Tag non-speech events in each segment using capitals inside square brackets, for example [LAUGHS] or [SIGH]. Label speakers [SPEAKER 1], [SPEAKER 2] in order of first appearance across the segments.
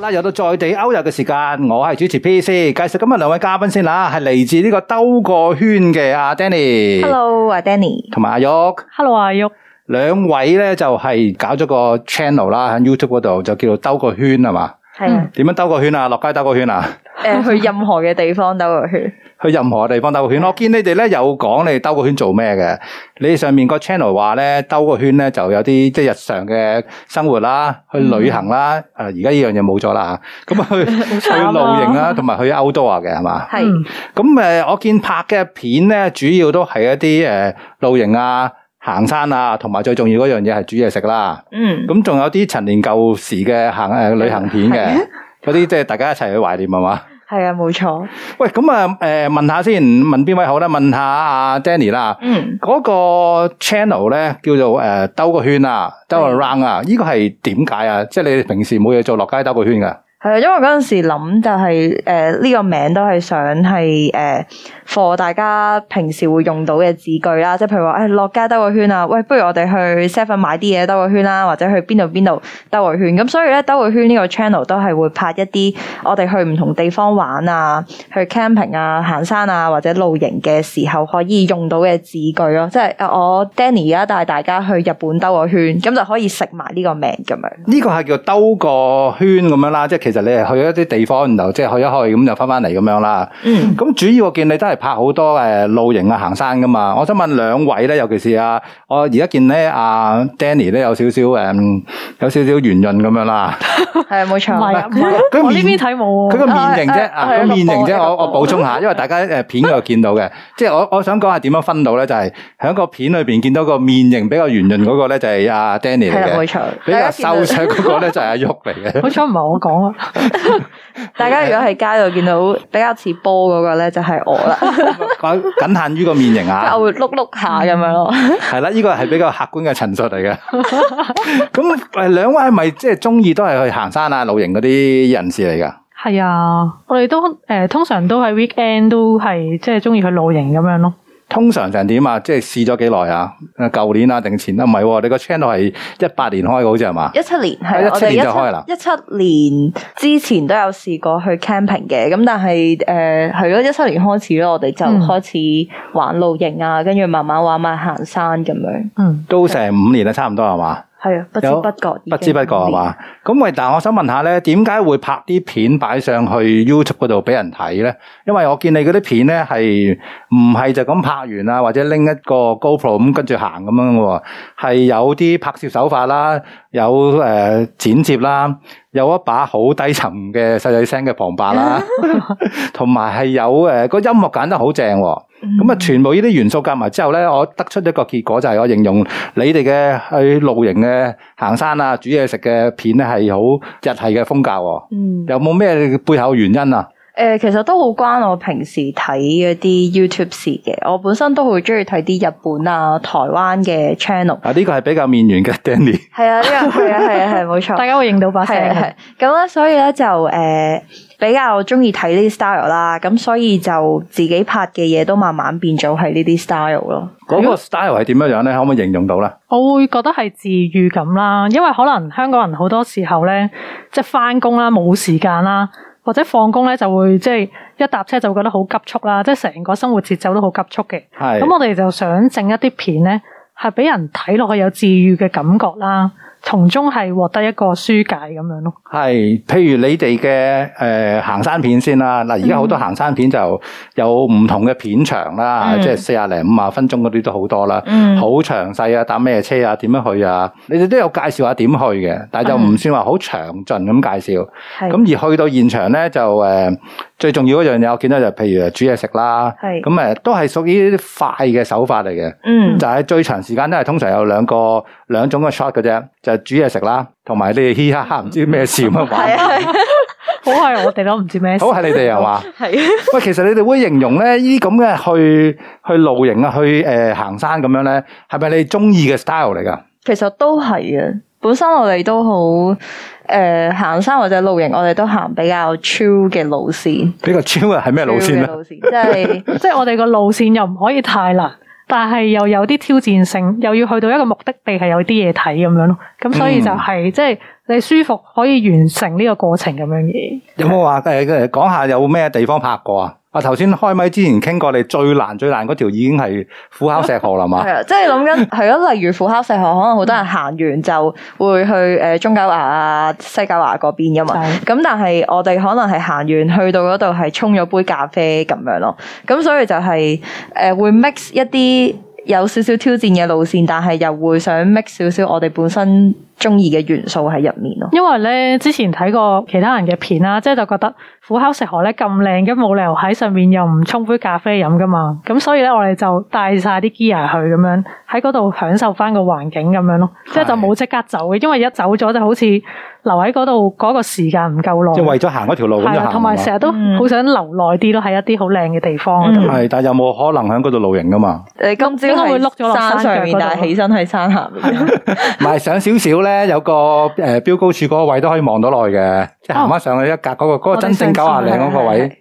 [SPEAKER 1] 啦，又到在地歐遊嘅時間，我係主持 P C，介紹今日兩位嘉賓先啦，係嚟自呢個兜個圈嘅阿 Danny，
[SPEAKER 2] Hello 啊，Danny。
[SPEAKER 1] 同埋阿玉。
[SPEAKER 2] Hello 啊，玉。
[SPEAKER 1] 兩位咧就係、搞咗個 channel 啦，喺 YouTube 嗰度就叫做兜個圈係嘛？
[SPEAKER 2] 系啊，
[SPEAKER 1] 點樣兜個圈啊？落街兜個圈啊？
[SPEAKER 2] 诶，去任何嘅地方兜個圈。
[SPEAKER 1] 去任何地方兜個圈。我見你哋咧有講你哋兜個圈做咩嘅？你哋上面個 channel 話咧兜個圈咧就有啲即係日常嘅生活啦，去旅行啦。誒而家呢樣嘢冇咗啦嚇。咁去去露營啦，同埋去 outdoor 嘅係嘛？
[SPEAKER 3] 嗯
[SPEAKER 2] 係
[SPEAKER 1] 咁誒，我見拍嘅片咧，主要都係一啲誒露營啊、行山啊，同埋最重要嗰樣嘢係煮嘢食啦。
[SPEAKER 2] 嗯，
[SPEAKER 1] 咁仲有啲陳年舊時嘅行誒旅行片嘅，嗰啲即係大家一齊去懷念係嘛？
[SPEAKER 2] 係啊，冇錯。
[SPEAKER 1] 喂，咁啊誒問下先，問邊位好咧？問下阿 Danny 啦。
[SPEAKER 2] 嗯，
[SPEAKER 1] 嗰個 channel 咧叫做誒兜個圈啊，兜個 round 啊，呢個係點解啊？即係你哋平時冇嘢做落街兜個圈噶？
[SPEAKER 2] 係啊，因為嗰陣時諗就係诶呢個名都係想係诶 for 大家平時會用到嘅字句啦，即係譬如話诶落街兜個圈啊，喂，不如我哋去 Seven 買啲嘢兜個圈啦，或者去邊度邊度兜個圈。啊咁所以咧，兜個圈呢個 channel 都係會拍一啲我哋去唔同地方玩啊，去 camping 啊、行山啊或者露營嘅時候可以用到嘅字句咯，即係啊我 Danny 而家帶大家去日本兜個圈，咁就可以食埋呢個名咁樣。
[SPEAKER 1] 呢個係叫兜個圈咁樣啦，即係其實你係去一啲地方，然後即係去一去咁就翻翻嚟咁樣啦。
[SPEAKER 2] 嗯。
[SPEAKER 1] 咁主要我見你都係拍好多誒露營啊、行山噶嘛。我想問兩位咧，尤其是啊，我而家見咧阿 Danny 咧有少少誒有少少圓潤咁樣啦，
[SPEAKER 2] 系啊，冇
[SPEAKER 3] 唔
[SPEAKER 2] 錯，
[SPEAKER 3] 係啊，唔係啊
[SPEAKER 1] 佢
[SPEAKER 3] 我呢
[SPEAKER 1] 面
[SPEAKER 3] 邊睇冇
[SPEAKER 1] 佢
[SPEAKER 3] 喎。
[SPEAKER 1] 個面型啫，
[SPEAKER 2] 啊啊
[SPEAKER 1] 啊
[SPEAKER 2] 係
[SPEAKER 1] 個
[SPEAKER 2] 啊
[SPEAKER 1] 面型啫，
[SPEAKER 2] 個波
[SPEAKER 1] 我我補充下，因為大家誒片嗰度見到嘅，即係我我想講下點樣分到咧，就係喺個片裏邊見到個面型比較圓潤嗰個咧，就係阿 Danny 嚟
[SPEAKER 2] 係啦，
[SPEAKER 1] 嘅。
[SPEAKER 2] 冇錯。
[SPEAKER 1] 比較瘦削嗰個咧就係阿旭嚟嘅。
[SPEAKER 3] 好彩唔係我講啊，
[SPEAKER 2] 大家見到大家如果喺街度見到比較似波嗰個咧，就係我啦，
[SPEAKER 1] 我僅限於個面型 [LAUGHS]
[SPEAKER 2] 即
[SPEAKER 1] 啊嗯
[SPEAKER 2] [LAUGHS] 係，我會碌碌下咁樣咯。
[SPEAKER 1] 係啦，呢個係比較客觀嘅陳述嚟嘅。 [LAUGHS] 咁誒兩位係咪即係中意都係去行山啊、露營嗰啲人士嚟噶？
[SPEAKER 3] 係啊，我哋都誒通常都喺 weekend 都係即係中意去露營咁樣咯。
[SPEAKER 1] 通常成點啊？即係試咗幾耐啊？誒舊年啊定前啊？唔係喎，你個 channel 係一八年開嘅，好似係嘛？
[SPEAKER 2] 一七年
[SPEAKER 1] 係
[SPEAKER 2] 係啊我哋
[SPEAKER 1] 17年就開啦
[SPEAKER 2] 一七年之前都有試過去 camping 嘅，咁但係誒係咯，一七年開始咯，我哋就
[SPEAKER 3] 嗯
[SPEAKER 2] 開始玩露營啊，跟住慢慢玩埋行山咁樣。
[SPEAKER 3] 嗯，
[SPEAKER 1] 都成五年啦，差唔多係嘛？
[SPEAKER 2] 係啊，不知
[SPEAKER 1] 有
[SPEAKER 2] 不覺已經
[SPEAKER 1] 不知不覺係嘛？咁喂，但我想問下咧，點解會拍啲片擺上去 YouTube 嗰度俾人睇咧？因為我見你嗰啲片咧係唔係就咁拍完啊，或者拎一個 GoPro 咁跟住行咁樣嘅喎，係有啲拍攝手法啦，有誒、呃剪接啦，有一把好低沉嘅細細聲嘅旁白
[SPEAKER 2] [LAUGHS]
[SPEAKER 1] 啦，同埋係有誒個音樂揀得好正喎。
[SPEAKER 2] 嗯
[SPEAKER 1] 咁啊，全部呢啲元素夾埋之後咧，我得出一個結果就係我形容你哋嘅去露營嘅、行山啊、煮嘢食嘅片咧係好日系嘅風格喎。
[SPEAKER 2] 嗯。
[SPEAKER 1] 有冇咩背後原因啊？
[SPEAKER 2] 誒、其實都好關我平時睇嗰啲 YouTube 事嘅。我本身都好中意睇啲日本啊、台灣嘅 channel。
[SPEAKER 1] 啊，呢個係比較面圓嘅
[SPEAKER 2] [LAUGHS]
[SPEAKER 1] Danny。
[SPEAKER 2] 係啊，呢
[SPEAKER 3] [LAUGHS]
[SPEAKER 2] 個係啊，係啊，係冇錯。
[SPEAKER 3] 大家會認到把聲
[SPEAKER 2] 係啊，係
[SPEAKER 3] 嘅。
[SPEAKER 2] 咁咧，所以咧就誒、比較中意睇呢啲 style 啦。咁所以就自己拍嘅嘢都慢慢變咗係呢啲 style 咯。
[SPEAKER 1] 嗰個 style 係點樣樣咧？可唔可以形容到咧？
[SPEAKER 3] 我會覺得係治愈感啦，因為可能香港人好多時候咧，即係翻工啦，冇時間啦，或者放工咧就會即係一搭車就會覺得好急促啦，即係成個生活節奏都好急促嘅。
[SPEAKER 1] 係
[SPEAKER 2] 啊
[SPEAKER 3] 咁我哋就想整一啲片咧，係俾人睇落去有治愈嘅感覺啦，從中係獲得一個舒解咁樣咯。
[SPEAKER 1] 係，譬如你哋嘅誒行山片先啦。嗱，而家好多行山片就有唔同嘅片長啦，
[SPEAKER 2] 嗯
[SPEAKER 1] 即係四廿零五啊分鐘嗰啲都好多啦。
[SPEAKER 2] 嗯
[SPEAKER 1] 好詳細啊，搭咩車啊，點樣去啊，你哋都有介紹下點去嘅，但係就唔算話好詳盡咁介紹。
[SPEAKER 2] 嗯係
[SPEAKER 1] 咁而去到現場咧，就誒、呃最重要一樣嘢，我見到就譬如誒煮嘢食啦，
[SPEAKER 2] 係
[SPEAKER 1] 咁誒都係屬於快嘅手法嚟嘅。
[SPEAKER 2] 嗯
[SPEAKER 1] 就係最長時間都係通常有兩個兩種嘅 shot 嘅啫，就係煮嘢食啦，同埋你哋嘻嘻哈哈唔知咩事咁樣
[SPEAKER 2] 嗯 [LAUGHS] 係
[SPEAKER 1] 玩。
[SPEAKER 2] 啊，
[SPEAKER 3] 好係我哋都唔知咩事。
[SPEAKER 1] 好係你哋係
[SPEAKER 2] [LAUGHS]
[SPEAKER 1] 嘛？
[SPEAKER 2] 係
[SPEAKER 3] [LAUGHS]
[SPEAKER 2] 啊。
[SPEAKER 1] 喂，其實你哋會形容咧呢啲咁嘅去去露營啊，去誒、呃行山咁樣咧，係咪你哋中意嘅 style 嚟㗎？
[SPEAKER 2] 其實都係嘅。本身我哋都好誒、呃行山或者露營，我哋都行比較 chill 嘅路線。
[SPEAKER 1] 比較超嘅係咩路線啊咧？
[SPEAKER 2] 嘅路線即
[SPEAKER 1] [LAUGHS]
[SPEAKER 2] 係
[SPEAKER 3] 即係我哋個路線又唔可以太難，但係又有啲挑戰性，又要去到一個目的地係有啲嘢睇咁樣咯。咁所以就係、即係你舒服可以完成呢個過程咁樣嘢。
[SPEAKER 1] 有冇話诶诶讲下有咩地方拍過啊？啊，頭先開咪之前傾過，你最難最難嗰條已經係虎口石河啦嘛
[SPEAKER 2] 系？啊，即係諗緊係咯，例如虎口石河，可能好多人行完就會去诶中九華啊、西九華嗰邊噶嘛。
[SPEAKER 3] 係
[SPEAKER 2] 咁但係我哋可能係行完去到嗰度係沖咗杯咖啡咁樣咯，咁所以就係、诶會 mix 一啲有少少挑戰嘅路線，但係又會想 mix 少少我哋本身中意嘅元素喺入面咯。
[SPEAKER 3] 因為咧之前睇過其他人嘅片啦，即係就覺得虎口石河咧咁靚，咁冇理由喺上面又唔沖杯咖啡飲噶嘛。咁所以咧我哋就帶晒啲 gear 去咁樣喺嗰度享受翻個環境咁樣咯，即係就冇即刻走嘅，因為一走咗就好似留喺嗰度嗰個時間唔夠
[SPEAKER 1] 即係
[SPEAKER 3] 耐。
[SPEAKER 1] 為咗行嗰條路咁
[SPEAKER 3] 係
[SPEAKER 1] 就
[SPEAKER 3] 啦，
[SPEAKER 1] 行啊
[SPEAKER 3] 同埋成日都
[SPEAKER 2] 嗯
[SPEAKER 3] 好想留耐啲咯，喺一啲好靚嘅地方嗰度。
[SPEAKER 2] 嗯
[SPEAKER 1] 系，但有冇可能喺嗰度露營噶嘛？
[SPEAKER 2] 誒今朝
[SPEAKER 3] 應該會碌咗
[SPEAKER 2] 喺
[SPEAKER 3] 落
[SPEAKER 2] 山上面
[SPEAKER 3] 山腳嗰，度啊
[SPEAKER 2] 但係起身喺山下面。
[SPEAKER 1] 唔係上少少咧，有個诶标高處嗰個位都可以望到內嘅，即係行翻上去一格嗰個嗰個
[SPEAKER 3] 我哋
[SPEAKER 1] 真正九
[SPEAKER 3] 上
[SPEAKER 1] 廿
[SPEAKER 3] 次
[SPEAKER 1] 零嗰個
[SPEAKER 2] 係係
[SPEAKER 1] 位
[SPEAKER 2] 係。
[SPEAKER 3] 係啊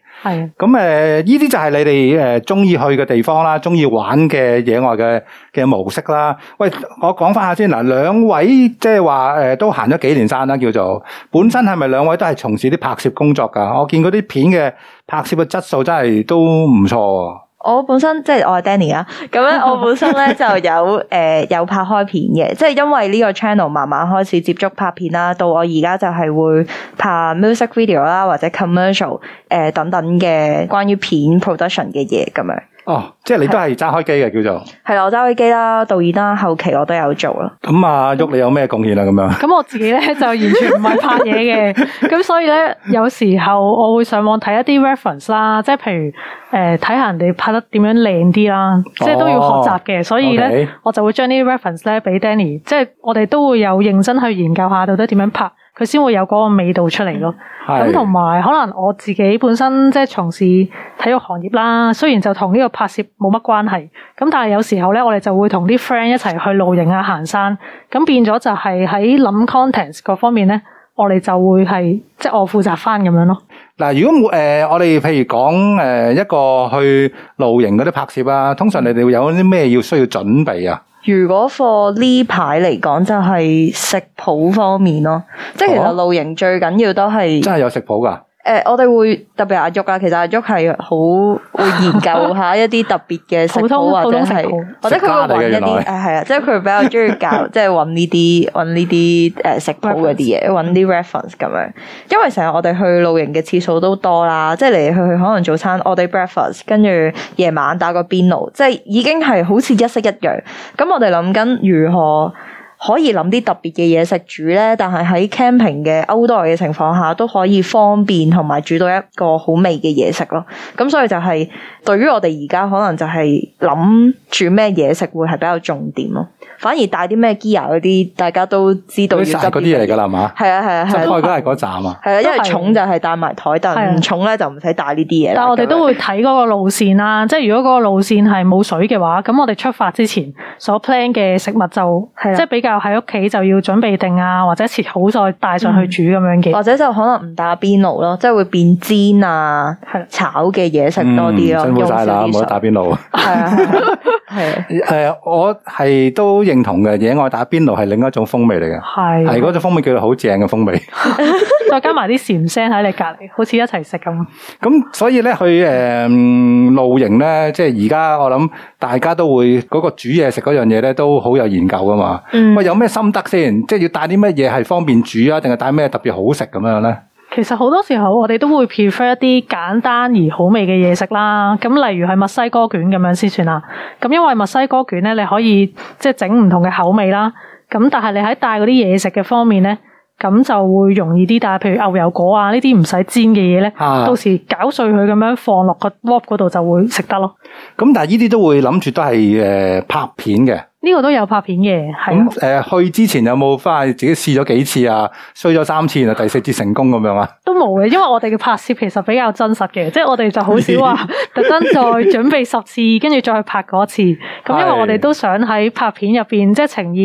[SPEAKER 1] 咁诶，呢啲就係你哋诶中意去嘅地方啦，中意玩嘅野外嘅嘅模式啦。喂，我講翻下先嗱，兩位即係話诶都行咗幾年山啦，叫做本身係咪兩位都係從事啲拍攝工作㗎？我見嗰啲片嘅拍攝嘅質素真係都唔錯喎。
[SPEAKER 2] 我本身即係我係 Danny 啊，咁咧我本身咧就有誒、呃有拍開片嘅，即係因為呢個 channel 慢慢開始接觸拍片啦，到我而家就係會拍 music video 啦或者 commercial 誒、呃等等嘅關於片 production 嘅嘢咁樣。
[SPEAKER 1] 哦，即係你都係揸開機嘅叫做。
[SPEAKER 2] 係啦，我揸飛機啦、導演啦、後期我都有做啦。
[SPEAKER 1] 咁啊，喐你有咩貢獻啊？咁樣。
[SPEAKER 3] 咁我自己咧就完全唔係拍嘢嘅，咁所以咧有時候我會上網睇一啲 reference 啦，即係譬如誒睇下人哋拍得點樣靚啲啦，即係都要學習嘅，所以咧
[SPEAKER 1] OK
[SPEAKER 3] 我就會將呢啲 reference 咧俾 Danny，即係我哋都會有認真去研究下到底點樣拍，佢先會有嗰個味道出嚟咯。
[SPEAKER 1] 係
[SPEAKER 3] 咁同埋可能我自己本身即係從事體育行業啦，雖然就同呢個拍攝冇乜關係，咁但係有時候咧，我哋就會同啲 friend 一齊去露營啊、行山，咁變咗就係喺諗 content 嗰方面咧，我哋就會係即係我負責翻咁樣咯。
[SPEAKER 1] 嗱，如果冇誒、呃我哋譬如講誒、呃一個去露營嗰啲拍攝啊，通常你哋會有啲咩要需要準備啊？
[SPEAKER 2] 如果 for 呢排嚟講就係食譜方面咯，即係其
[SPEAKER 1] 哦
[SPEAKER 2] 實露營最緊要都係
[SPEAKER 1] 真係有食譜㗎，
[SPEAKER 2] 诶、我哋會特別阿旭啦，其實阿旭係好會研究
[SPEAKER 3] [LAUGHS]
[SPEAKER 2] 下一啲特別嘅食
[SPEAKER 3] 普通
[SPEAKER 2] 譜或
[SPEAKER 3] 普
[SPEAKER 2] 者
[SPEAKER 3] 通食
[SPEAKER 2] 係
[SPEAKER 3] 譜
[SPEAKER 2] 或者佢會揾一
[SPEAKER 1] 食家嚟嘅原來
[SPEAKER 2] 啲诶係啊，即係佢比較中意
[SPEAKER 1] [LAUGHS]
[SPEAKER 2] 教，即係揾呢啲揾呢啲诶食譜嗰啲嘢，揾啲 reference 咁樣。因為成日我哋去露營嘅次數都多啦，即係嚟嚟去去可能早餐我哋 breakfast，跟住夜晚打個邊爐，即係已經係好似一式一樣。咁我哋諗緊如何？可以諗啲特別嘅嘢食煮咧，但係喺 camping 嘅 outdoor 嘅情況下，都可以方便同埋煮到一個好味嘅嘢食咯。咁所以就係、對於我哋而家可能就係諗煮咩嘢食會係比較重點咯。反而帶啲咩 gear 嗰啲，大家都知道
[SPEAKER 1] 嗰啲
[SPEAKER 2] 要
[SPEAKER 1] 晒
[SPEAKER 2] 執
[SPEAKER 1] 嗰啲嘢嚟㗎啦，係嘛？
[SPEAKER 2] 係啊係啊
[SPEAKER 1] 即係
[SPEAKER 2] 係啊
[SPEAKER 1] 開嗰係嗰站啊。
[SPEAKER 2] 係啊，因為
[SPEAKER 3] 都係
[SPEAKER 2] 重就係帶埋台
[SPEAKER 3] 係啊
[SPEAKER 2] 凳，唔重咧就唔使帶呢啲嘢啦。
[SPEAKER 3] 但我哋都
[SPEAKER 2] 咁樣
[SPEAKER 3] 會睇嗰個路線啦，即係如果嗰個路線係冇水嘅話，咁我哋出發之前所 plan 嘅食物就
[SPEAKER 2] 係啦
[SPEAKER 3] 即係比較喺屋企就要準備定啊，或者切好再帶上去煮咁樣嘅。
[SPEAKER 2] 或者就可能唔打邊爐咯，即係會變煎啊
[SPEAKER 3] 係啦、
[SPEAKER 2] 炒嘅嘢食多
[SPEAKER 1] 嗯
[SPEAKER 2] 啲咯，
[SPEAKER 1] 辛苦
[SPEAKER 2] 用少
[SPEAKER 1] 晒啦，
[SPEAKER 2] 啲
[SPEAKER 1] 冇得
[SPEAKER 2] 水。
[SPEAKER 1] 打邊爐。
[SPEAKER 2] 係啊係啊係
[SPEAKER 1] 誒、
[SPEAKER 2] 啊。
[SPEAKER 1] 我係都認同嘅，野外打邊爐係另一種風味嚟嘅，
[SPEAKER 3] 係
[SPEAKER 1] 係嗰啊種風味叫做好正嘅風 [LAUGHS] 味。
[SPEAKER 3] 再加埋啲蟬聲喺你隔離，好似一齊食咁。
[SPEAKER 1] 咁所以咧，去誒、嗯露營咧，即係而家我諗大家都會嗰、個煮嘢食嗰樣嘢咧，都好有研究㗎嘛。
[SPEAKER 2] 嗯
[SPEAKER 1] 喂，有咩心得先？即係要帶啲乜嘢係方便煮啊，定係帶咩特別好食咁樣咧？
[SPEAKER 3] 其實好多時候我哋都會 prefer 一啲簡單而好味嘅嘢食啦。咁例如係墨西哥卷咁樣先算啦。咁因為墨西哥卷咧，你可以即係整唔同嘅口味啦。咁但係你喺帶嗰啲嘢食嘅方面咧，咁就會容易啲。但係譬如牛油果啊呢啲唔使煎嘅嘢咧，
[SPEAKER 1] 啊
[SPEAKER 3] 到時攪碎佢咁樣放落個 wok 嗰度就會食得咯。
[SPEAKER 1] 咁但係呢啲都會諗住都係誒、拍片嘅。
[SPEAKER 3] 呢個都有拍片嘅，係啊
[SPEAKER 1] 咁誒、呃去之前有冇翻去自己試咗幾次啊？衰咗三次，然後第四次成功咁樣啊？
[SPEAKER 3] 都冇嘅，因為我哋嘅拍攝其實比較真實嘅，即係我哋就好少話特登再準備十次，跟住再去拍嗰一次。咁因為
[SPEAKER 1] 係
[SPEAKER 3] 我哋都想喺拍片入邊即係呈現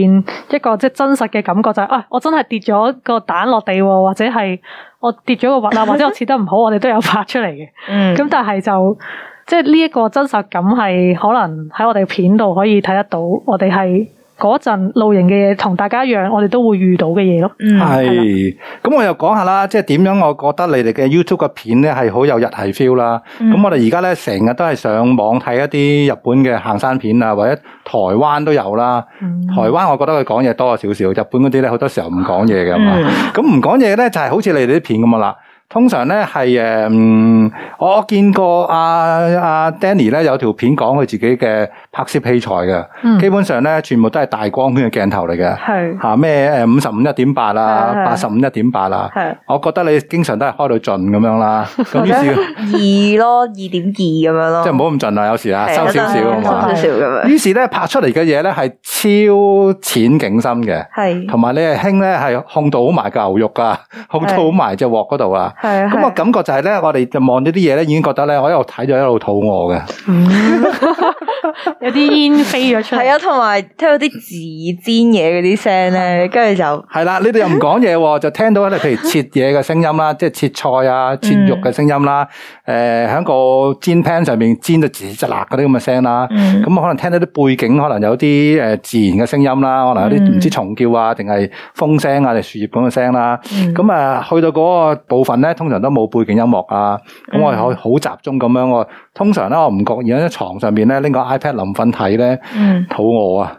[SPEAKER 3] 一個即係真實嘅感覺，就係、啊，我真係跌咗個蛋落地喎，或者係我跌咗個核啊，或者我切得唔好，我哋都有拍出嚟嘅。
[SPEAKER 2] 嗯
[SPEAKER 3] 咁但係就。即係呢一個真實感係可能喺我哋片度可以睇得到，我哋係嗰陣露營嘅嘢同大家一樣，我哋都會遇到嘅嘢咯。
[SPEAKER 2] 嗯
[SPEAKER 1] 系，咁我又講下啦，即係點樣？我覺得你哋嘅 YouTube 嘅片咧係好有日系 feel 啦。
[SPEAKER 2] 嗯
[SPEAKER 1] 咁、我哋而家咧成日都係上網睇一啲日本嘅行山片啊，或者台灣都有啦。
[SPEAKER 2] 嗯
[SPEAKER 1] 台灣我覺得佢講嘢多咗少少，日本嗰啲咧好多時候唔講嘢嘅嘛。
[SPEAKER 2] 嗯
[SPEAKER 1] 咁唔講嘢咧，就係好似你哋啲片咁樣啦。通常咧係誒，嗯我見過阿、阿、Danny 咧有條片講佢自己嘅拍攝器材嘅，
[SPEAKER 3] 嗯
[SPEAKER 1] 基本上咧全部都係大光圈嘅鏡頭嚟嘅。
[SPEAKER 2] 係
[SPEAKER 1] 嚇咩誒五十五一點八啊，八
[SPEAKER 2] 係
[SPEAKER 1] 十五一點八啊，
[SPEAKER 2] 係
[SPEAKER 1] 我覺得你經常都係開到盡咁樣啦，咁
[SPEAKER 2] 或
[SPEAKER 1] 於
[SPEAKER 2] 者
[SPEAKER 1] 是
[SPEAKER 2] 二咯，二點二咁樣咯，
[SPEAKER 1] 即係唔好咁盡啦，有時啊
[SPEAKER 2] 係
[SPEAKER 1] 收少少啊
[SPEAKER 2] 收
[SPEAKER 1] 嘛
[SPEAKER 2] 少。少咁樣，
[SPEAKER 1] 於是咧拍出嚟嘅嘢咧係超淺景深嘅，
[SPEAKER 2] 係
[SPEAKER 1] 同埋你係興咧係控到好埋嚿牛肉啊，控到好埋只鑊嗰度啊。
[SPEAKER 2] 係
[SPEAKER 1] 咁我感覺就係咧，我哋就望咗啲嘢咧，已經覺得咧，我一路睇就一路肚餓嘅。
[SPEAKER 3] 有啲煙飛咗出
[SPEAKER 2] 係
[SPEAKER 3] 嚟，
[SPEAKER 2] 啊，同埋聽到啲字煎嘢嗰啲聲咧，跟住就
[SPEAKER 1] 係啦，你哋又唔講嘢喎，就聽到咧，譬如切嘢嘅聲音啦， [LAUGHS] 即係切菜啊、切肉嘅聲音啦，誒喺個煎 pan 上面煎到吱吱辣嗰啲咁嘅聲啦。
[SPEAKER 2] 嗯
[SPEAKER 1] 咁可能聽到啲背景，可能有啲誒自然嘅聲音啦，可能有啲
[SPEAKER 2] 嗯
[SPEAKER 1] 唔知蟲叫啊，定係風聲啊，定樹葉咁嘅聲啦。
[SPEAKER 2] 嗯
[SPEAKER 1] 咁啊，去到嗰個部分咧，通常都冇背景音樂啊。咁我係可以好集中咁樣我通常咧，我唔覺意喺床上邊咧拎個 iPad 臨瞓睇咧，
[SPEAKER 2] 嗯，
[SPEAKER 1] 肚餓啊！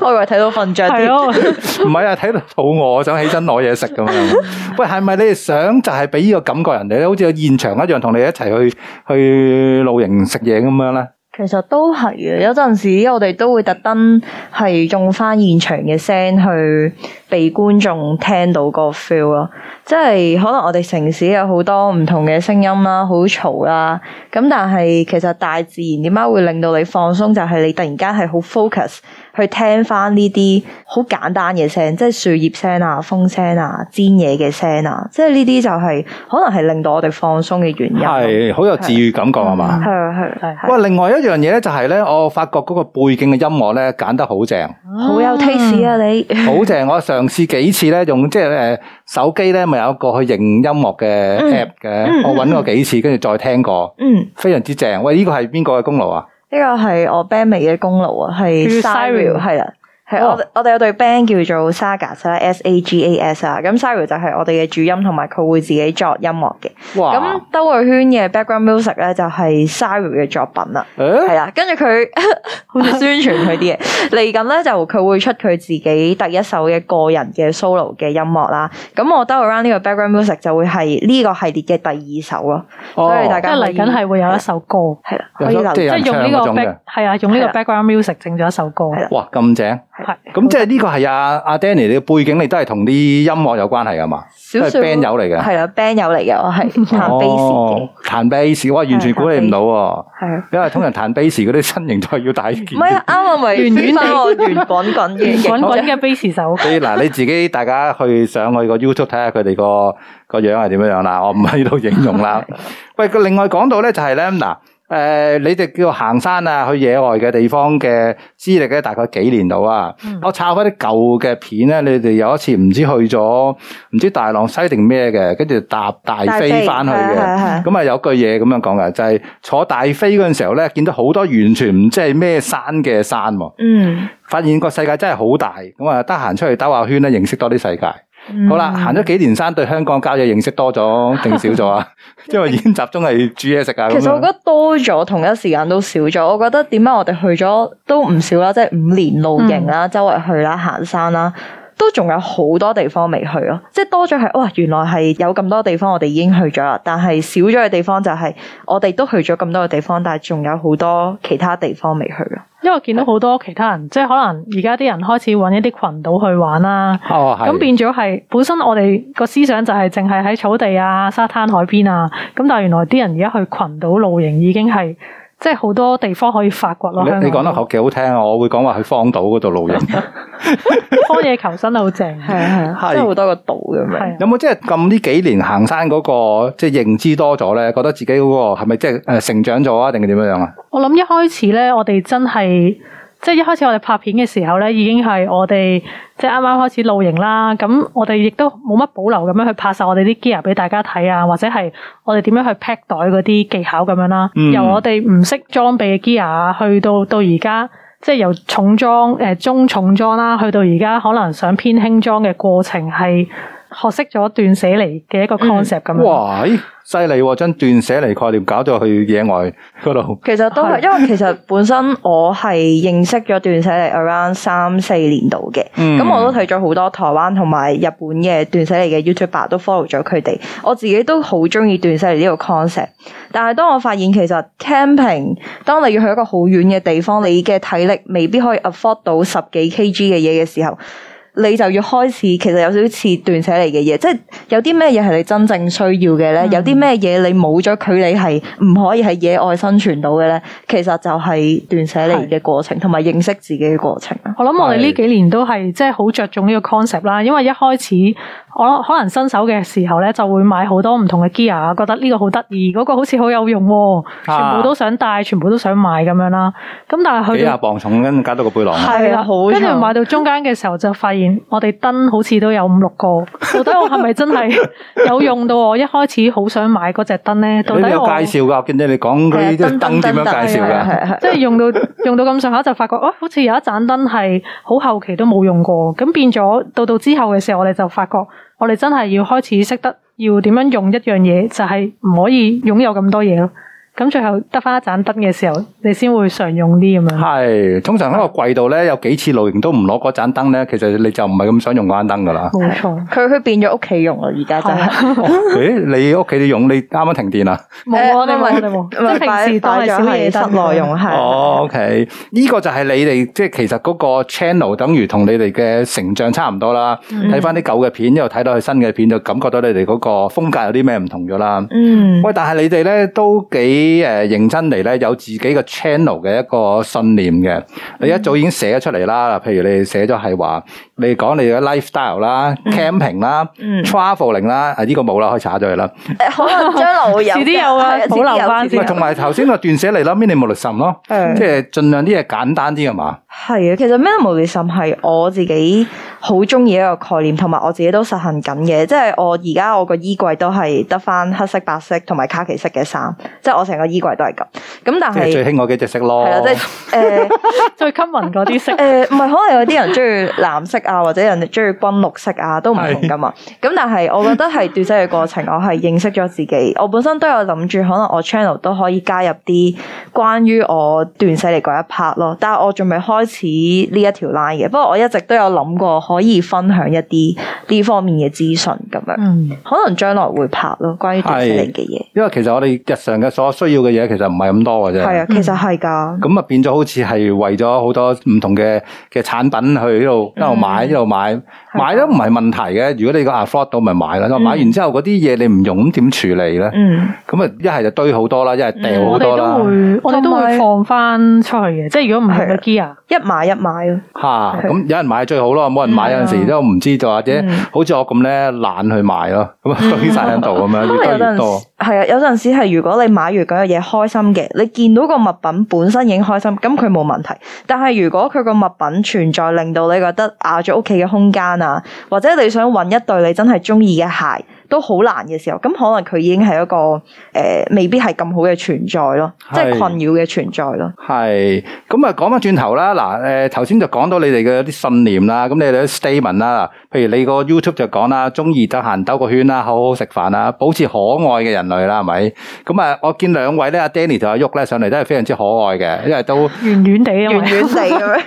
[SPEAKER 2] 我以為睇到瞓着
[SPEAKER 3] 係
[SPEAKER 2] 啲，
[SPEAKER 3] 咯，
[SPEAKER 1] 唔係啊，睇到肚餓，想起身攞嘢食咁
[SPEAKER 2] [LAUGHS]
[SPEAKER 1] 樣。喂，係咪你哋想就係俾呢個感覺人哋咧？好似有現場一樣，同你一齊去去露營食嘢咁樣咧？
[SPEAKER 2] 其實都係嘅。有陣時我哋都會特登係用翻現場嘅聲去被觀眾聽到個 feel 咯，即係可能我哋城市有好多唔同嘅聲音啦，好嘈啦，咁但係其實大自然點解會令到你放鬆？就係你突然間係好 focus 去聽翻呢啲好簡單嘅聲，即係樹葉聲啊、風聲啊、煎嘢嘅聲啊，即係呢啲就係可能係令到我哋放鬆嘅原因。係
[SPEAKER 1] 係好有治愈感覺係嘛？
[SPEAKER 2] 啊係啊，係啊
[SPEAKER 1] 喂，另外一樣嘢咧就係咧，我發覺嗰個背景嘅音樂咧揀得
[SPEAKER 2] [LAUGHS]
[SPEAKER 1] 好正，
[SPEAKER 2] 好有 taste 啊你！
[SPEAKER 1] 好正！我嘗試幾次咧，用即係誒手機咧，咪有一個去認音樂嘅
[SPEAKER 2] 嗯
[SPEAKER 1] app 嘅，
[SPEAKER 2] 嗯
[SPEAKER 1] 我揾過幾次，跟住再聽過，
[SPEAKER 2] 嗯，
[SPEAKER 1] 非常之正。喂，呢個係邊個嘅功勞啊？
[SPEAKER 2] 呢個係我 band 尾嘅功勞啊，係
[SPEAKER 3] 叫
[SPEAKER 2] s i r
[SPEAKER 3] Cyril
[SPEAKER 2] i 係啦。係
[SPEAKER 3] 哦
[SPEAKER 2] 我哋我哋有隊 band 叫做 Sagas 啦，S A G A S 啊，咁 Cyril 就係我哋嘅主音，同埋佢會自己作音樂嘅。咁
[SPEAKER 1] 哇！
[SPEAKER 2] 兜個圈嘅 background music 咧就係 Cyril 嘅作品啦，
[SPEAKER 1] 誒
[SPEAKER 2] 係啦，跟住佢 [LAUGHS] 好似宣傳佢啲嘢，嚟緊咧就佢會出佢自己第一首嘅個人嘅 solo 嘅音樂啦。咁我兜 around 呢個 background music 就會係呢個系列嘅第二首咯，
[SPEAKER 1] 哦
[SPEAKER 2] 所以大
[SPEAKER 3] 即
[SPEAKER 2] 家
[SPEAKER 3] 係嚟緊係會有一首歌，
[SPEAKER 2] 係啦，
[SPEAKER 1] 有
[SPEAKER 2] 可以
[SPEAKER 1] 首
[SPEAKER 2] 留
[SPEAKER 1] 即係
[SPEAKER 3] 即
[SPEAKER 1] 有
[SPEAKER 3] 係
[SPEAKER 1] 人唱
[SPEAKER 3] 用呢
[SPEAKER 1] 嗰
[SPEAKER 3] 個
[SPEAKER 1] 種
[SPEAKER 3] back
[SPEAKER 1] 嘅，
[SPEAKER 3] 係啊，用呢
[SPEAKER 2] 係
[SPEAKER 3] 個
[SPEAKER 2] 啦
[SPEAKER 3] background music 整咗一首歌，
[SPEAKER 2] 係啦
[SPEAKER 1] 哇咁正！
[SPEAKER 3] 係
[SPEAKER 1] 咁即係呢個係阿阿 Danny 你嘅背景，你都係同啲音樂有關係噶嘛？
[SPEAKER 2] 少
[SPEAKER 1] 都
[SPEAKER 2] 少
[SPEAKER 1] 係 band 友嚟嘅
[SPEAKER 2] 係啦，band 啊友嚟嘅，我係彈 bass 嘅
[SPEAKER 1] 哦，彈 bass，哇，完全估你唔到喎！，
[SPEAKER 2] 係啊，
[SPEAKER 1] 因為通常彈 bass 嗰啲身形都係要大件
[SPEAKER 2] 唔係啊，啱啊，咪
[SPEAKER 3] 圓
[SPEAKER 2] 飛
[SPEAKER 3] 圓地
[SPEAKER 2] 翻我圓滾滾嘅
[SPEAKER 3] [LAUGHS] 圓
[SPEAKER 2] 形
[SPEAKER 3] 滾滾
[SPEAKER 2] 象，
[SPEAKER 3] 嘅 bass 手，
[SPEAKER 1] 所以嗱，你自己大家去上去個 YouTube 睇下佢哋個個樣係點樣樣啦，我唔喺度形容啦。喂，佢另外講到咧就係咧嗱，誒、你哋叫行山啊，去野外嘅地方嘅資歷咧，大概幾年到啊？我抄翻啲舊嘅片咧，你哋有一次唔知去咗唔知大浪西定咩嘅，跟住搭大飛翻去
[SPEAKER 2] 係
[SPEAKER 1] 嘅。
[SPEAKER 2] 係係
[SPEAKER 1] 咁啊有句嘢咁樣講嘅，就係、坐大飛嗰陣時候咧，見到好多完全唔知係咩山嘅山喎、
[SPEAKER 2] 嗯，
[SPEAKER 1] 發現個世界真係好大，咁啊得閒出去兜下圈咧，認識多啲世界。
[SPEAKER 2] 嗯
[SPEAKER 1] 好啦，行咗幾年山，對香港郊野認識多咗定少咗
[SPEAKER 2] [LAUGHS]
[SPEAKER 1] 啊？因為已經集中係煮嘢食啊。
[SPEAKER 2] 其實
[SPEAKER 1] 得
[SPEAKER 2] 我覺得多咗，同一時間都少咗。我覺得點解我哋去咗都唔少啦，即係五年露營啦，
[SPEAKER 1] 嗯
[SPEAKER 2] 周圍去啦，行山啦。都仲有好多地方未去咯，即係多咗係哇，原來係有咁多地方我哋已經去咗啦，但係少咗嘅地方就係我哋都去咗咁多嘅地方，但係仲有好多其他地方未去咯。
[SPEAKER 3] 因為我見到好多其他人，即係可能而家啲人開始揾一啲群島去玩啦。
[SPEAKER 1] 哦係
[SPEAKER 3] 咁變咗係本身我哋個思想就係淨係喺草地啊、沙灘、海邊啊，咁但係原來啲人而家去群島露營已經係即係好多地方可以發掘咯。香港
[SPEAKER 1] 你你講得好幾好聽啊！我會講話去荒島嗰度露
[SPEAKER 2] [LAUGHS]
[SPEAKER 1] 營。
[SPEAKER 3] 荒野求生好正，
[SPEAKER 2] 係啊係
[SPEAKER 1] 係
[SPEAKER 2] 啊，即係好多個島咁樣。
[SPEAKER 3] 係啊
[SPEAKER 1] 有冇即係咁呢幾年行山嗰、個即係認知多咗咧？覺得自己嗰、個係咪即係誒成長咗啊？定係點樣樣啊？
[SPEAKER 3] 我諗一開始咧，我哋真係即係一開始我哋拍片嘅時候咧，已經係我哋即係啱啱開始露營啦。咁我哋亦都冇乜保留咁樣去拍晒我哋啲 gear 俾大家睇啊，或者係我哋點樣去 pack 袋嗰啲技巧咁樣啦。
[SPEAKER 1] 嗯
[SPEAKER 3] 由我哋唔識裝備嘅 gear 去到到而家。即係由重裝、誒、中重裝啦，去到而家可能想偏輕裝嘅過程係學識咗斷捨離嘅一個 concept 咁樣。
[SPEAKER 1] 嗯哇，咦犀利喎！將斷捨離概念搞到去野外嗰度，
[SPEAKER 2] 其實都係，
[SPEAKER 3] 係
[SPEAKER 2] 因為其實本身我係認識咗斷捨離 around 三四年度嘅，咁、
[SPEAKER 1] 嗯
[SPEAKER 2] 我都睇咗好多台灣同埋日本嘅斷捨離嘅 YouTuber 都 follow 咗佢哋，我自己都好中意斷捨離呢個 concept。但係當我發現其實 camping，當你要去一個好遠嘅地方，你嘅體力未必可以 afford 到十幾 kg 嘅嘢嘅時候。你就要開始，其實有少少似斷捨離嘅嘢，即係有啲咩嘢係你真正需要嘅咧？有啲咩嘢你冇咗佢，你係唔可以喺野外生存到嘅咧？其實就係斷捨離嘅過程，同埋認識自己嘅過程啊。
[SPEAKER 3] 我諗我哋呢
[SPEAKER 1] 係
[SPEAKER 3] 幾年都係即係好着重呢個 concept 啦，因為一開始我可能新手嘅時候咧，就會買好多唔同嘅 gear，覺得啊呢個好得意，嗰、個好似好有用喎，全部都想帶，全部都想買咁樣啦。咁但
[SPEAKER 1] 啊
[SPEAKER 3] 係
[SPEAKER 1] 幾
[SPEAKER 3] 去到
[SPEAKER 1] 廿磅重，跟住加多個背囊。
[SPEAKER 2] 係啊，好
[SPEAKER 3] 跟住
[SPEAKER 2] 慘
[SPEAKER 3] 買到中間嘅時候就發現，我哋燈好似都有五六個，到底我係咪真係有用到我一開始好想買嗰隻燈咧？到
[SPEAKER 1] 佢
[SPEAKER 3] 底
[SPEAKER 1] 有
[SPEAKER 3] 我
[SPEAKER 1] 介紹㗎，我見到你講嗰啲
[SPEAKER 2] 係啊
[SPEAKER 1] 燈點樣介紹
[SPEAKER 2] 係啊係
[SPEAKER 1] 㗎？
[SPEAKER 2] 啊係啊
[SPEAKER 3] 即係用到用到咁上下就發覺，哇、好似有一盞燈係好後期都冇用過，咁變咗到到之後嘅時候，我哋就發覺，我哋真係要開始識得要點樣用一樣嘢，就係、唔可以擁有咁多嘢咯。咁最後得翻一盞燈嘅時候，你先會常用啲咁樣。。
[SPEAKER 1] 係，通常喺個櫃度咧，有幾次露營都唔攞嗰盞燈咧，其實你就唔係咁想用嗰盞燈㗎啦
[SPEAKER 3] [LAUGHS] 冇錯，
[SPEAKER 2] 佢佢變咗屋企用啊啦，而家真係。
[SPEAKER 3] 啊
[SPEAKER 2] [LAUGHS]
[SPEAKER 1] 哦咦，你屋企啲用，你啱啱停電啊？
[SPEAKER 3] 冇
[SPEAKER 2] 誒
[SPEAKER 3] 啊我哋冇，
[SPEAKER 2] 咪
[SPEAKER 3] 我哋冇，即
[SPEAKER 2] 咪
[SPEAKER 3] 係平時當
[SPEAKER 2] 擺
[SPEAKER 3] 係
[SPEAKER 2] 咗
[SPEAKER 3] 小嘢
[SPEAKER 2] 喺室
[SPEAKER 3] 燈咁樣
[SPEAKER 2] 內用啊係。
[SPEAKER 1] 哦，OK，呢個就係你哋即係其實嗰個 channel 等於同你哋嘅成長差唔多啦。睇翻啲舊嘅片，又睇到佢新嘅片，就感覺到你哋嗰個風格有啲咩唔同咗啦。
[SPEAKER 3] [LAUGHS]
[SPEAKER 2] 嗯，
[SPEAKER 1] 喂，但係你哋咧都幾誒認真嚟咧，有自己嘅 channel 嘅一個信念嘅。你一早已經寫咗出嚟啦，譬如你哋寫咗係話，你講你嘅 lifestyle 啦、camping 啦、
[SPEAKER 2] 嗯
[SPEAKER 1] traveling 啦，啊呢個冇啦，可以查咗佢啦。
[SPEAKER 2] 誒可能將來會有嘅，
[SPEAKER 3] 遲啲有啊
[SPEAKER 2] 係遲啲
[SPEAKER 3] 保留
[SPEAKER 2] 有
[SPEAKER 3] 返
[SPEAKER 2] 遲啲
[SPEAKER 3] 先
[SPEAKER 2] 有
[SPEAKER 1] 喂，同埋頭先個斷捨離啦，minimalism 咯，
[SPEAKER 2] 嗯
[SPEAKER 1] 即係盡量啲嘢簡單啲啊嘛。
[SPEAKER 2] 係啊，其實 minimalism 係我自己好中意一個概念，同埋我自己都實行緊嘅。即係我而家我個衣櫃都係得翻黑色、白色同埋卡其色嘅衫，即係我成個衣櫃都係咁。咁但
[SPEAKER 1] 即係最
[SPEAKER 2] 係
[SPEAKER 1] 興嗰幾隻色咯。
[SPEAKER 2] 係啦，即係
[SPEAKER 3] 哦
[SPEAKER 2] 誒
[SPEAKER 3] [LAUGHS] 最 common 嗰啲
[SPEAKER 2] [LAUGHS]
[SPEAKER 3] 色。
[SPEAKER 2] 誒，呃唔係可能有啲人中意藍色啊，或者人哋中意軍綠色啊，都唔同噶嘛。咁但係我覺得係斷捨嘅過程，我係認識咗自己。我本身都有諗住，可能我 channel 都可以加入啲關於我斷捨離嗰一 part 咯。但係我仲未開始呢一條 line 嘅。不過我一直都有諗過可以分享一啲呢方面嘅資訊咁樣，
[SPEAKER 3] 嗯，
[SPEAKER 2] 可能將來會拍咯，關於斷捨離嘅嘢。
[SPEAKER 1] 因為其實我哋日常嘅所需要嘅嘢其實唔係咁多嘅啫。
[SPEAKER 2] 係啊，其實係㗎。
[SPEAKER 1] 咁啊變咗好似係為咗好多唔同嘅嘅產品去一路
[SPEAKER 2] 嗯
[SPEAKER 1] 一路買一路
[SPEAKER 2] 啊
[SPEAKER 1] 買，買都唔係問題嘅。如果你個 afford 到咪買啦，咁買完之後嗰啲嘢你唔用咁點處理咧？
[SPEAKER 2] 嗯，
[SPEAKER 1] 咁啊一係就堆好多啦，一係掉好
[SPEAKER 3] 我
[SPEAKER 1] 多
[SPEAKER 3] 哋
[SPEAKER 1] 啦
[SPEAKER 3] 都。會，我哋
[SPEAKER 2] 同
[SPEAKER 3] 都
[SPEAKER 2] 埋啊
[SPEAKER 3] 會放翻出去嘅。即係如果唔係個 gear，
[SPEAKER 2] 一買一買咯。
[SPEAKER 1] 吓，咁有人買最好咯，冇人買有
[SPEAKER 2] 嗯
[SPEAKER 1] 陣時都唔知，就或者好似我咁咧懶去買咯，咁啊堆晒喺度咁樣，
[SPEAKER 2] [LAUGHS] 因
[SPEAKER 1] 越
[SPEAKER 2] 為有
[SPEAKER 1] 堆
[SPEAKER 2] 陣
[SPEAKER 1] 越多
[SPEAKER 2] 時。係啊，有陣時係如果你買完嗰樣嘢開心嘅，你見到個物品本身已經開心，咁佢冇問題。但係如果佢個物品存在令到你覺得壓咗屋企嘅空間啊，或者你想揾一對你真係中意嘅鞋都好難嘅時候，咁可能佢已經係一個誒、呃未必係咁好嘅存在咯，即
[SPEAKER 1] 係
[SPEAKER 2] 係困擾嘅存在咯。
[SPEAKER 1] 係，咁啊講翻轉頭啦，嗱，誒頭先就講到你哋嘅啲信念啦，咁你哋啲 statement 啦，譬如你個 YouTube 就講啦，中意得閒兜個圈啦，好好食飯啦，保持可愛嘅人類啦，係咪？咁啊，我見兩位咧，阿 Danny 同阿旭咧上嚟都係非常之可愛嘅，因為都
[SPEAKER 3] 圓圓地啊因
[SPEAKER 2] 遠
[SPEAKER 3] 為
[SPEAKER 2] 遠地咁
[SPEAKER 3] [LAUGHS]
[SPEAKER 2] 樣，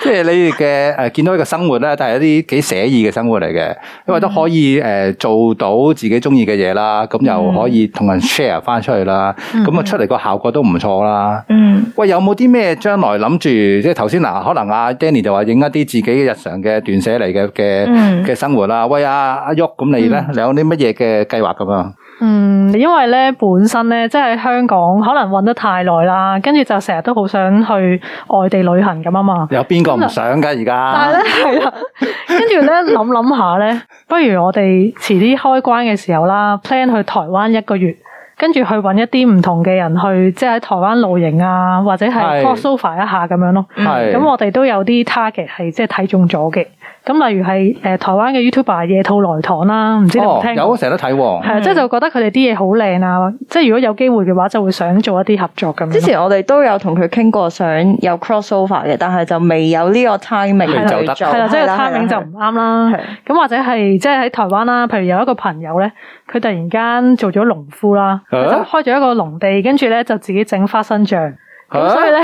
[SPEAKER 1] 即係你哋嘅誒見到呢個生活咧，都係一啲幾寫意嘅生活嚟嘅，因為都可以誒、呃做到自己中意嘅嘢啦，咁又可以同人 share 翻出去啦，咁啊、出嚟個效果都唔錯啦。
[SPEAKER 2] 嗯。
[SPEAKER 1] 喂，有冇啲咩將來諗住？即係頭先嗱，可能阿 Danny 就話影一啲自己嘅日常嘅斷捨離嘅嘅
[SPEAKER 2] 嗯
[SPEAKER 1] 嘅生活啦。喂，阿阿旭，咁你咧，你有啲乜嘢嘅計劃咁啊？
[SPEAKER 3] 嗯，因為咧本身咧，即係香港可能混得太耐啦，跟住就成日都好想去外地旅行咁啊嘛。
[SPEAKER 1] 有邊個唔想㗎而
[SPEAKER 3] 但
[SPEAKER 1] 家？
[SPEAKER 3] 係咧係啦，跟住咧諗諗下咧，不如我哋遲啲開關嘅時候啦，plan 去台灣一個月。跟住去揾一啲唔同嘅人去，即係喺台灣露營啊，或者
[SPEAKER 1] 係
[SPEAKER 3] 係 crossover 一下咁樣咯。
[SPEAKER 1] 係
[SPEAKER 3] 嗯咁我哋都有啲 target 係即係睇中咗嘅。咁例如係誒、呃台灣嘅 YouTuber 野兔來糖啦，唔知你有冇
[SPEAKER 1] 哦
[SPEAKER 3] 聽，過？
[SPEAKER 1] 有成日都睇
[SPEAKER 2] 嗯
[SPEAKER 1] 喎。
[SPEAKER 3] 係啊，即係就覺得佢哋啲嘢好靚啊！即係如果有機會嘅話，就會想做一啲合作咁樣咯。
[SPEAKER 2] 之前我哋都有同佢傾過，想有 crossover 嘅，但係就未有呢個 timing
[SPEAKER 1] 未就得
[SPEAKER 2] 去做，
[SPEAKER 3] 係啦，即
[SPEAKER 2] 係
[SPEAKER 3] 係個
[SPEAKER 2] 啦
[SPEAKER 3] timing 就唔啱啦
[SPEAKER 2] 係。
[SPEAKER 3] 咁或者係即係喺台灣啦，譬如有一個朋友咧，佢突然間做咗農夫啦，
[SPEAKER 1] 啊
[SPEAKER 3] 佢就開咗一個農地，跟住咧就自己整花生醬。咁
[SPEAKER 1] 啊
[SPEAKER 3] 所以咧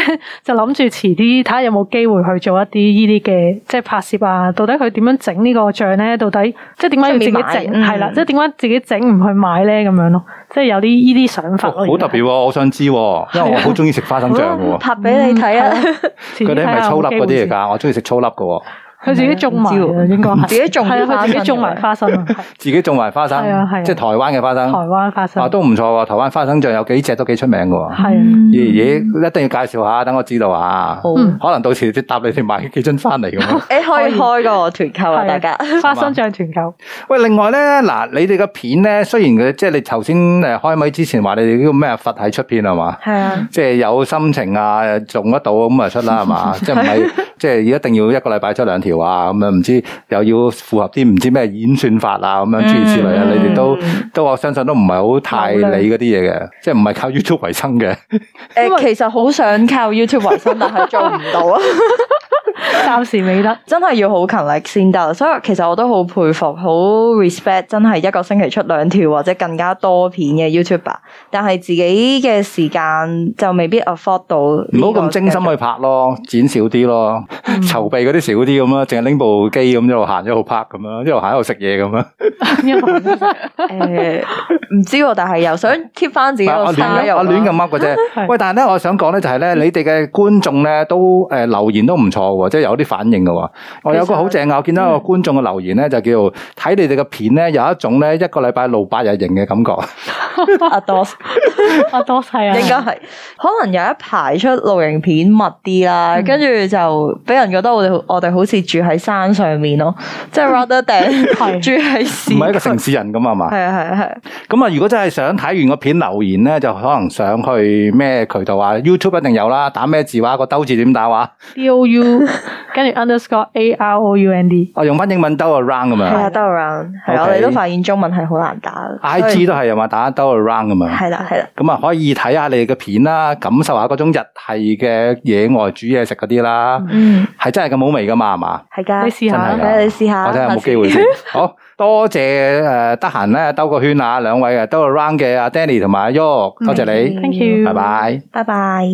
[SPEAKER 3] 就諗住遲啲睇下有冇機會去做一啲呢啲嘅即係拍攝啊，到底佢點樣整呢個醬咧？到底即係點解要自己
[SPEAKER 2] 出面
[SPEAKER 3] 整？
[SPEAKER 2] 買
[SPEAKER 3] 係啦
[SPEAKER 2] 嗯，
[SPEAKER 3] 即係點解自己整唔去買咧？咁樣咯，即係有啲呢啲想法
[SPEAKER 1] 哦
[SPEAKER 3] 咯。
[SPEAKER 1] 好特別喎，我想知喎，因為我
[SPEAKER 3] 啊
[SPEAKER 1] 好中意食花生醬嘅喎。
[SPEAKER 2] 拍俾
[SPEAKER 3] 嗯
[SPEAKER 2] 你睇啊！
[SPEAKER 3] [LAUGHS] 而家，
[SPEAKER 1] 佢哋係咪粗粒嗰啲嚟
[SPEAKER 3] 㗎？
[SPEAKER 1] 㗎，我中意食粗粒嘅喎，
[SPEAKER 3] 佢自己種埋
[SPEAKER 2] 唔知
[SPEAKER 3] 啊，
[SPEAKER 2] 喎
[SPEAKER 3] 應該係
[SPEAKER 2] 自己種
[SPEAKER 3] 係啊， [LAUGHS] 佢自己種埋花生啊，係
[SPEAKER 1] 自己種埋花生
[SPEAKER 3] 係啊係啊，
[SPEAKER 1] 即係台灣嘅花
[SPEAKER 3] 台
[SPEAKER 1] 生
[SPEAKER 3] 灣花生
[SPEAKER 1] 啊，都唔錯喎。台灣花生醬有幾隻都幾出名嘅喎。
[SPEAKER 3] 係啊。
[SPEAKER 1] 咦咦，一定要介紹下，等我知道啊。
[SPEAKER 2] 嗯好，
[SPEAKER 3] 嗯
[SPEAKER 1] 可能到時搭你哋買幾樽翻嚟咁樣。
[SPEAKER 2] 你可以開個團購啊，大家。
[SPEAKER 3] 花生醬團購，
[SPEAKER 1] [LAUGHS] 喂，另外咧，嗱，你哋嘅片咧，雖然佢即係你頭先誒開咪之前話你哋呢個咩啊佛系出片係嘛？
[SPEAKER 2] 係啊，
[SPEAKER 1] 即係有心情啊，做得到咁啊出啦，係 [LAUGHS] 嘛？即係唔係即係一定要一個禮拜出兩條啊？咁樣唔知又要符合啲唔知咩演算法啊咁樣諸如此類啊？
[SPEAKER 2] 嗯
[SPEAKER 1] 你哋都都我相信都唔係好太理嗰啲嘢嘅，即係唔係靠 YouTube 為生嘅。
[SPEAKER 3] 因
[SPEAKER 2] 誒，
[SPEAKER 3] 為
[SPEAKER 2] 其實好想靠 YouTube 為生，但係做唔到啊，
[SPEAKER 1] 啊
[SPEAKER 3] 暫時未
[SPEAKER 1] [LAUGHS]
[SPEAKER 3] 得。
[SPEAKER 2] 真係要好勤力先得。啊所以其實我都好佩服，好 respect，真係一個星期出兩條或者更加多片嘅 YouTuber，但係自己嘅時間就未必 afford 到。
[SPEAKER 1] 唔
[SPEAKER 2] 唔
[SPEAKER 1] 好咁精心啊去拍咯，剪少啲咯，籌備嗰啲少啲咁啦，啊淨係拎部機咁一路行一路拍咁啦，一路行一路食嘢咁啦。啊
[SPEAKER 2] 诶，唔知喎，但係又想 keep 翻自己
[SPEAKER 1] 啊
[SPEAKER 2] 個
[SPEAKER 1] 我
[SPEAKER 2] s
[SPEAKER 1] 亂
[SPEAKER 2] t
[SPEAKER 1] 咁我亂咁噏嘅啫。
[SPEAKER 3] 係
[SPEAKER 1] 喂，但係咧，我想講咧就係咧，你哋嘅觀眾咧都誒留言都唔錯喎，即係有啲反應嘅喎。我有個好正啊，我見到一個觀眾嘅留言咧，就叫做睇你哋嘅片咧，有一種咧一個禮拜露八日營嘅感覺。
[SPEAKER 2] 阿 Dos
[SPEAKER 3] 我多謝啊，
[SPEAKER 2] 應該係可能有一排出露營片密啲
[SPEAKER 3] 嗯
[SPEAKER 2] 啦，跟住就俾人覺得我哋我哋好似住喺山上面咯，即係 rather than
[SPEAKER 3] 嗯 [LAUGHS]
[SPEAKER 2] [LAUGHS]
[SPEAKER 3] 係
[SPEAKER 2] 住喺市
[SPEAKER 1] 唔係一個城
[SPEAKER 2] 區。
[SPEAKER 1] 市人咁啊嘛。
[SPEAKER 2] 係啊係啊係啊，
[SPEAKER 1] 咁啊，如果真係想睇完個片留言咧，就可能想去咩渠道啊？YouTube 一定有啦，打咩字話個兜字點打話？
[SPEAKER 3] D O U 跟住 underscore A R O U N D
[SPEAKER 1] 哦我用翻英文兜個 round 咁
[SPEAKER 2] 係
[SPEAKER 1] 樣
[SPEAKER 2] 啊兜 around，係
[SPEAKER 1] OK
[SPEAKER 2] 啊我哋都發現中文係好難打。
[SPEAKER 1] ，I G 都係啊嘛，打兜個 round 咁樣。
[SPEAKER 2] 係啦係啦，
[SPEAKER 1] 咁啊，可以睇下你嘅片啦，感受下嗰種日系嘅野外煮嘢食嗰啲啦，
[SPEAKER 2] 嗯
[SPEAKER 1] 係真係咁好味噶嘛，係嘛？
[SPEAKER 2] 係㗎，
[SPEAKER 3] 你試下
[SPEAKER 1] 真係㗎
[SPEAKER 2] 俾你試下，
[SPEAKER 1] 我睇下有冇機
[SPEAKER 2] [LAUGHS]
[SPEAKER 1] 會先。好多謝诶，呃得閒咧兜個圈
[SPEAKER 2] 嗯
[SPEAKER 1] 啊，兩位啊，兜個 round 嘅阿 Danny 同埋阿 Yo，多謝你，
[SPEAKER 3] ，thank you，
[SPEAKER 1] 拜。拜。
[SPEAKER 2] 拜拜。